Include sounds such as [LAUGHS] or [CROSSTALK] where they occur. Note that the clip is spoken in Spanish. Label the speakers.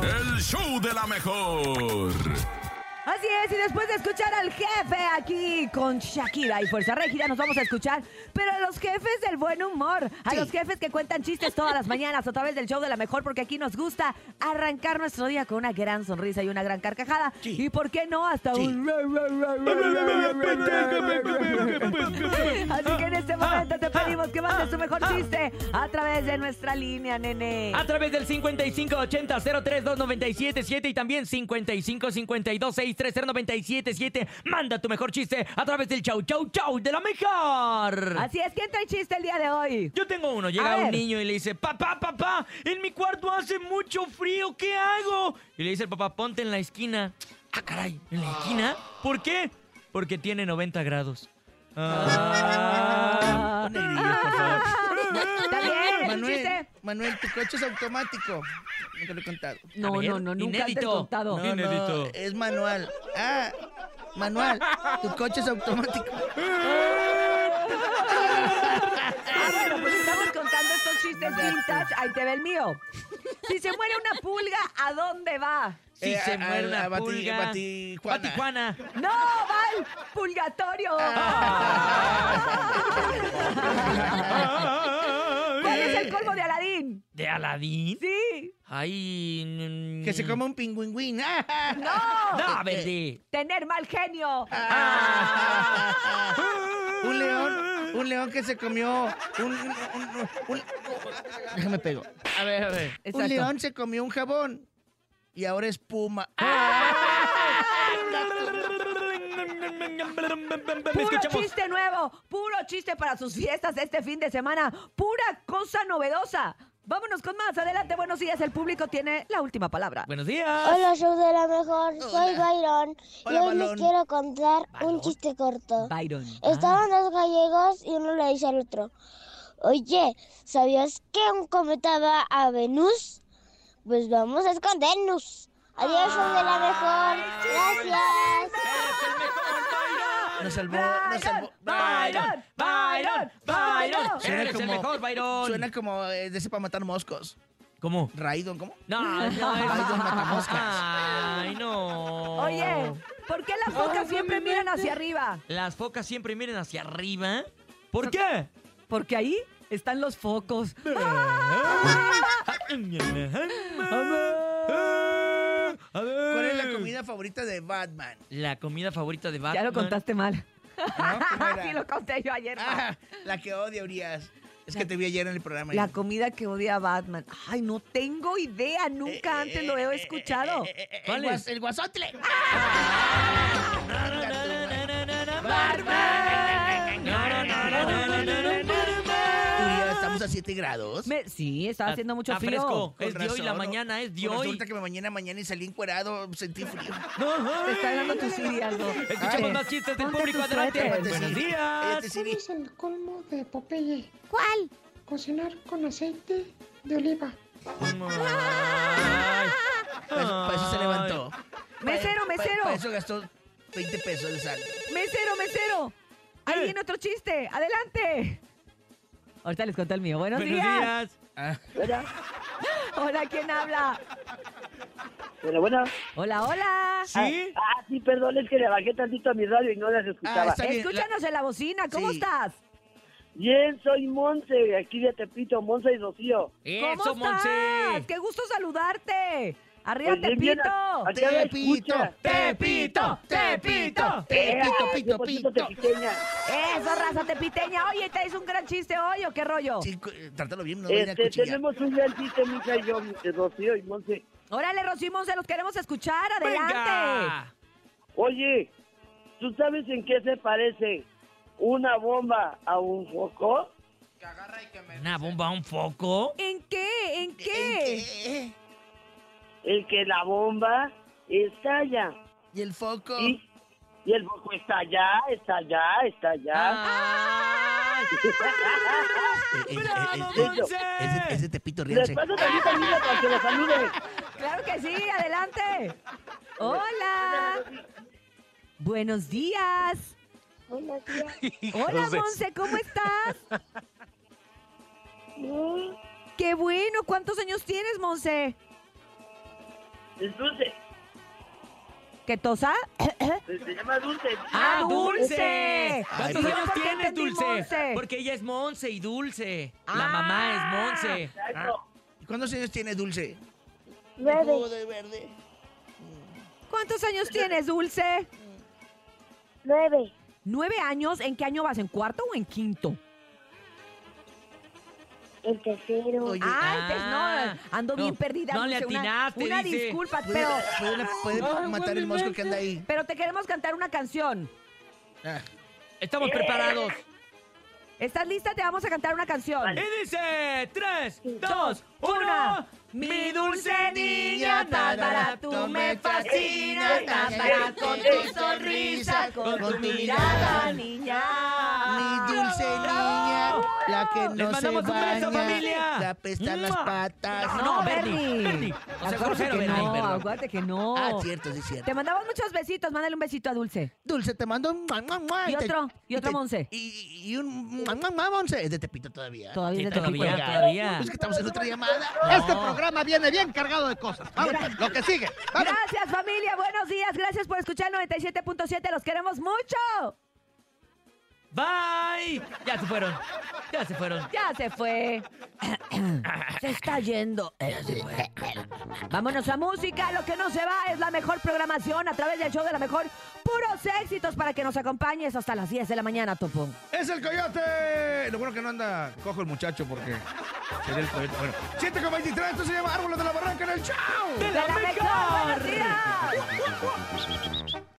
Speaker 1: el show de la mejor.
Speaker 2: Así es, y después de escuchar al jefe aquí con Shakira y Fuerza Régida, nos vamos a escuchar, pero a los jefes del buen humor, a los jefes que cuentan chistes todas las mañanas a través del show de la mejor, porque aquí nos gusta arrancar nuestro día con una gran sonrisa y una gran carcajada. Y por qué no, hasta un. Así que en este momento te pedimos que mandes tu mejor chiste a través de nuestra línea, nene.
Speaker 3: A través del 5580-032977 y también 5552-63097-7. Manda tu mejor chiste a través del chau chau chau de la mejor.
Speaker 2: Así es, ¿quién trae chiste el día de hoy?
Speaker 3: Yo tengo uno.
Speaker 2: A
Speaker 3: Llega un
Speaker 2: ver.
Speaker 3: niño y le dice, papá, papá, en mi cuarto hace mucho frío, ¿qué hago? Y le dice el papá, ponte en la esquina. Ah, caray, ¿en la esquina? ¿Por qué? Porque tiene 90 grados. Ah,
Speaker 4: Ponle video, por favor.
Speaker 2: Ah. ¿Está bien? ¿Es un
Speaker 4: Manuel,
Speaker 2: chiste?
Speaker 4: Manuel, tu coche es automático. Nunca lo he contado.
Speaker 2: No,
Speaker 3: ver,
Speaker 2: no, no, nunca
Speaker 3: inédito.
Speaker 2: antes contado.
Speaker 3: No, Inédito.
Speaker 4: es manual. Ah, manual. Tu coche es automático.
Speaker 2: Ah, bueno, pues estamos contando estos chistes vintage. Ahí te ve el mío. Si se muere una pulga, ¿a dónde va?
Speaker 3: Si
Speaker 4: Eh,
Speaker 3: se
Speaker 4: a-
Speaker 3: muere
Speaker 4: a-
Speaker 3: una
Speaker 4: a Bati-
Speaker 3: pulga.
Speaker 4: Batijuana.
Speaker 3: Batijuana.
Speaker 2: ¡No, va al pulgatorio!
Speaker 4: Ah.
Speaker 2: ¿Cuál es el colmo de Aladín?
Speaker 3: ¿De Aladín?
Speaker 2: Sí.
Speaker 3: Ay. mm.
Speaker 4: Que se coma un pingüingüín. [LAUGHS]
Speaker 2: ¡No!
Speaker 3: No, a ver, di.
Speaker 2: Tener mal genio.
Speaker 4: Ah, Un león, un león que se comió un, un- un- un- déjame pego.
Speaker 3: A ver, a ver.
Speaker 2: Exacto.
Speaker 4: Un león se comió un jabón y ahora es puma. Ah,
Speaker 2: Puro
Speaker 3: Escuchamos.
Speaker 2: chiste nuevo, puro chiste para sus fiestas este fin de semana, pura cosa novedosa. Vámonos con más. Adelante, buenos días. El público tiene la última palabra.
Speaker 3: Buenos días.
Speaker 5: Hola, show de la mejor. Soy Byron y
Speaker 4: Hola,
Speaker 5: hoy les
Speaker 4: Balón.
Speaker 5: quiero contar
Speaker 3: Balón.
Speaker 5: un chiste corto.
Speaker 2: Byron.
Speaker 5: Estaban
Speaker 4: Ah.
Speaker 5: dos gallegos y uno le dice al otro: Oye, ¿sabías que un cometa va a Venus? Pues vamos a escondernos. Adiós, show de la mejor. Gracias.
Speaker 4: Nos salvó,
Speaker 2: Byron,
Speaker 4: nos salvó.
Speaker 2: Byron, Byron, Byron.
Speaker 4: Suena
Speaker 3: Eres el
Speaker 4: como-
Speaker 3: mejor, Byron.
Speaker 4: Suena como eh, de ese para matar moscos.
Speaker 3: ¿Cómo?
Speaker 4: Raidon, ¿cómo?
Speaker 3: No, no, eres-
Speaker 4: Byron Matamoscas.
Speaker 3: Ay, no.
Speaker 2: Oye, ¿por qué las focas siempre miran hacia arriba?
Speaker 3: Las focas siempre miren hacia arriba. ¿Por qué?
Speaker 2: Porque ahí están los focos. Ah,
Speaker 4: ¿Cuál es la comida favorita de Batman?
Speaker 2: [LAUGHS]
Speaker 3: La comida favorita de Batman.
Speaker 2: Ya lo contaste
Speaker 3: [LAUGHS]
Speaker 2: mal.
Speaker 4: ¿No? ¿Cómo era?
Speaker 2: [LAUGHS] sí, lo conté yo ayer. ma.
Speaker 4: Ah, [LAUGHS] la que odia, Urias. Es que te vi ayer en el programa.
Speaker 2: La comida que odia a Batman. Ay, no tengo idea. Nunca
Speaker 3: Eh,
Speaker 2: antes lo he escuchado.
Speaker 4: Eh, eh, eh,
Speaker 3: ¿Cuál
Speaker 4: [LAUGHS] el,
Speaker 3: es?
Speaker 4: guas- el guasotle.
Speaker 3: eh,
Speaker 4: Urias, estamos a 7 grados.
Speaker 2: Me- sí, estaba haciendo mucho
Speaker 3: Está
Speaker 2: frío.
Speaker 3: Ah, fresco.
Speaker 4: Con
Speaker 3: Es de hoy
Speaker 4: razón,
Speaker 3: la
Speaker 4: ¿no?
Speaker 3: mañana, es de
Speaker 4: Con
Speaker 3: hoy.
Speaker 4: Resulta que me mañana, mañana y salí encuerado, sentí frío.
Speaker 2: Te está dando tu Siri algo.
Speaker 3: Escuchamos
Speaker 2: Ay,
Speaker 3: más chistes del
Speaker 2: ponte
Speaker 3: público,
Speaker 2: tu
Speaker 3: adelante.
Speaker 2: suéter.
Speaker 4: [LAUGHS] Cállate,
Speaker 3: Buenos
Speaker 4: Siri.
Speaker 3: días.
Speaker 4: Cállate,
Speaker 6: ¿Cuál
Speaker 4: Siri.
Speaker 6: es el colmo de Popeye?
Speaker 5: ¿Cuál?
Speaker 6: Cocinar con aceite de oliva.
Speaker 3: Ay.
Speaker 4: Para eso, para eso se levantó.
Speaker 2: Mesero,
Speaker 4: Pa- pa-
Speaker 2: mesero.
Speaker 4: Para eso gastó 20 pesos de sal.
Speaker 2: Mesero, mesero. Ahí viene otro chiste. Adelante. Ahorita les conté el mío. Buenos,
Speaker 3: Buenos
Speaker 2: días.
Speaker 3: días.
Speaker 4: Ah,
Speaker 2: Hola, ¿quién habla?
Speaker 7: Pero bueno,
Speaker 2: Hola, hola.
Speaker 3: ¿Sí?
Speaker 7: ah, sí, perdón, es que le bajé tantito a mi radio y no las
Speaker 4: Ah,
Speaker 7: escuchaba.
Speaker 4: está bien,
Speaker 2: Escúchanos en la bocina. ¿Cómo
Speaker 4: Sí.
Speaker 2: estás?
Speaker 7: Bien, soy Monse, aquí de Tepito, Monse y Rocío.
Speaker 3: Eso,
Speaker 2: ¿Cómo estás?
Speaker 3: Monse.
Speaker 2: ¡Qué gusto saludarte! ¡Arriba,
Speaker 7: Pues bien, bien,
Speaker 2: Tepito!
Speaker 7: aquí la escucha.
Speaker 3: Tepito, Tepito,
Speaker 7: Eh,
Speaker 4: Tepito, pito,
Speaker 7: 100%
Speaker 4: pito.
Speaker 7: tepiteña.
Speaker 2: ¡Eso, raza tepiteña! Oye, ¿te hizo un gran chiste hoy o qué rollo?
Speaker 4: Sí, cu- trátalo bien, no vaya a
Speaker 7: Este,
Speaker 4: cuchillar.
Speaker 7: tenemos un gran chiste, mija y yo, eh, Rocío y Monse.
Speaker 2: Órale, Rosimón, se los queremos escuchar. ¡Adelante!
Speaker 3: Venga.
Speaker 7: Oye, ¿tú sabes en qué se parece una bomba a un foco?
Speaker 3: Una bomba, un foco.
Speaker 2: ¿En qué? ¿En
Speaker 4: ¿En
Speaker 2: qué?
Speaker 4: qué?
Speaker 7: El que la bomba estalla.
Speaker 4: ¿Y el foco?
Speaker 7: Y, y el foco está allá, está allá, está
Speaker 4: Ah.
Speaker 7: allá.
Speaker 3: Ay.
Speaker 7: Ah.
Speaker 4: Eh, eh, eh,
Speaker 3: ¡Bravo,
Speaker 4: eh,
Speaker 3: Monse!
Speaker 4: ese- Ese Tepito
Speaker 7: [LAUGHS] Les
Speaker 4: Riense.
Speaker 7: paso también saludos para que los salude.
Speaker 2: ¡Claro que sí! ¡Adelante! ¡Hola! ¡Buenos días!
Speaker 6: Buenos días.
Speaker 4: [LAUGHS]
Speaker 2: ¡Hola, Monse! ¿Cómo estás? ¡Qué bueno! ¿Cuántos años tienes, Monse?
Speaker 7: Es dulce.
Speaker 2: ¿Que tosa?
Speaker 7: Se, se llama dulce.
Speaker 2: ¡Ah, dulce! Ay,
Speaker 3: ¿Cuántos
Speaker 2: yo
Speaker 3: años
Speaker 2: porque
Speaker 3: tienes,
Speaker 2: entendí
Speaker 3: Dulce?
Speaker 2: Monse.
Speaker 3: Porque ella es Monse y Dulce.
Speaker 2: Ah.
Speaker 3: La mamá es Monse.
Speaker 8: Ah.
Speaker 7: Exacto.
Speaker 4: ¿Y ¿Cuántos años tiene Dulce?
Speaker 5: Nueve,
Speaker 4: Jugo de verde.
Speaker 2: ¿Cuántos años tienes, Dulce?
Speaker 5: nueve,
Speaker 2: ¿Nueve años? ¿En qué año vas? ¿En cuarto o en quinto?
Speaker 5: el tercero.
Speaker 4: Oye,
Speaker 2: Ay,
Speaker 3: ah,
Speaker 2: pues no, ando
Speaker 3: no,
Speaker 2: bien perdida.
Speaker 3: no le
Speaker 2: Dulce, una-
Speaker 3: atinaste,
Speaker 2: Una,
Speaker 3: dice.
Speaker 2: disculpa,
Speaker 4: ¿Puede,
Speaker 2: pero,
Speaker 4: puede- puede matar el mosco que anda ahí?
Speaker 2: pero te queremos cantar una canción.
Speaker 4: Ah,
Speaker 3: Estamos preparados.
Speaker 2: ¿Estás lista? Te vamos a cantar una canción.
Speaker 3: Y dice 3,
Speaker 2: Dos,
Speaker 3: 2, 1.
Speaker 2: una.
Speaker 3: Mi dulce niña,
Speaker 4: tan
Speaker 3: tarara,
Speaker 4: barata,
Speaker 3: tú me fascinas,
Speaker 4: tan
Speaker 3: tarara,
Speaker 4: barata,
Speaker 3: con tu sonrisa, con tu mirada.
Speaker 2: niña.
Speaker 4: Mi dulce
Speaker 2: Ah,
Speaker 4: niña, la que
Speaker 3: Les
Speaker 4: no se
Speaker 3: mandamos un
Speaker 4: baña,
Speaker 3: beso, familia.
Speaker 4: la apestan las
Speaker 3: ¡Mua!
Speaker 4: patas.
Speaker 3: No,
Speaker 2: No,
Speaker 3: Bernie,
Speaker 2: Bernie.
Speaker 3: Bernie. O sea,
Speaker 2: Acuérdate
Speaker 3: grosero,
Speaker 2: que
Speaker 3: Bernie,
Speaker 2: no,
Speaker 3: perdón.
Speaker 2: acuérdate que no.
Speaker 4: Ah, cierto, sí, cierto.
Speaker 2: Te mandamos muchos besitos. Mándale un besito a Dulce.
Speaker 4: Dulce, te mando un... mua, mua, mua,
Speaker 2: Y
Speaker 4: te-
Speaker 2: otro, y otro
Speaker 4: te-
Speaker 2: Monse.
Speaker 4: Y, y un... mua, mua, mua, Monse. Es de Tepito todavía. Pues
Speaker 2: Todavía
Speaker 3: Sí,
Speaker 2: es de Tepito.
Speaker 3: todavía, todavía.
Speaker 4: Es que estamos en otra llamada.
Speaker 8: Este programa viene bien cargado de cosas. Vamos, pues, lo que sigue. Vamos.
Speaker 2: Gracias, familia. Buenos días. Gracias por escuchar 97.7. Los queremos mucho.
Speaker 3: Bye. Ya se fueron. Ya se fueron.
Speaker 2: Ya se
Speaker 3: [COUGHS]
Speaker 2: fue. Se está yendo. Ya se fue. Vámonos a música. Lo que no se va es la mejor programación a través del show de la mejor. Puros éxitos para que nos acompañes hasta las 10 de la mañana, Topo.
Speaker 8: Es el coyote. Lo bueno que no anda cojo el muchacho porque sería el coyote. Bueno, 7 con 23, esto se llama Árboles de la Barranca en el Chao.
Speaker 2: ¡De la mejor! ¡Buenos días!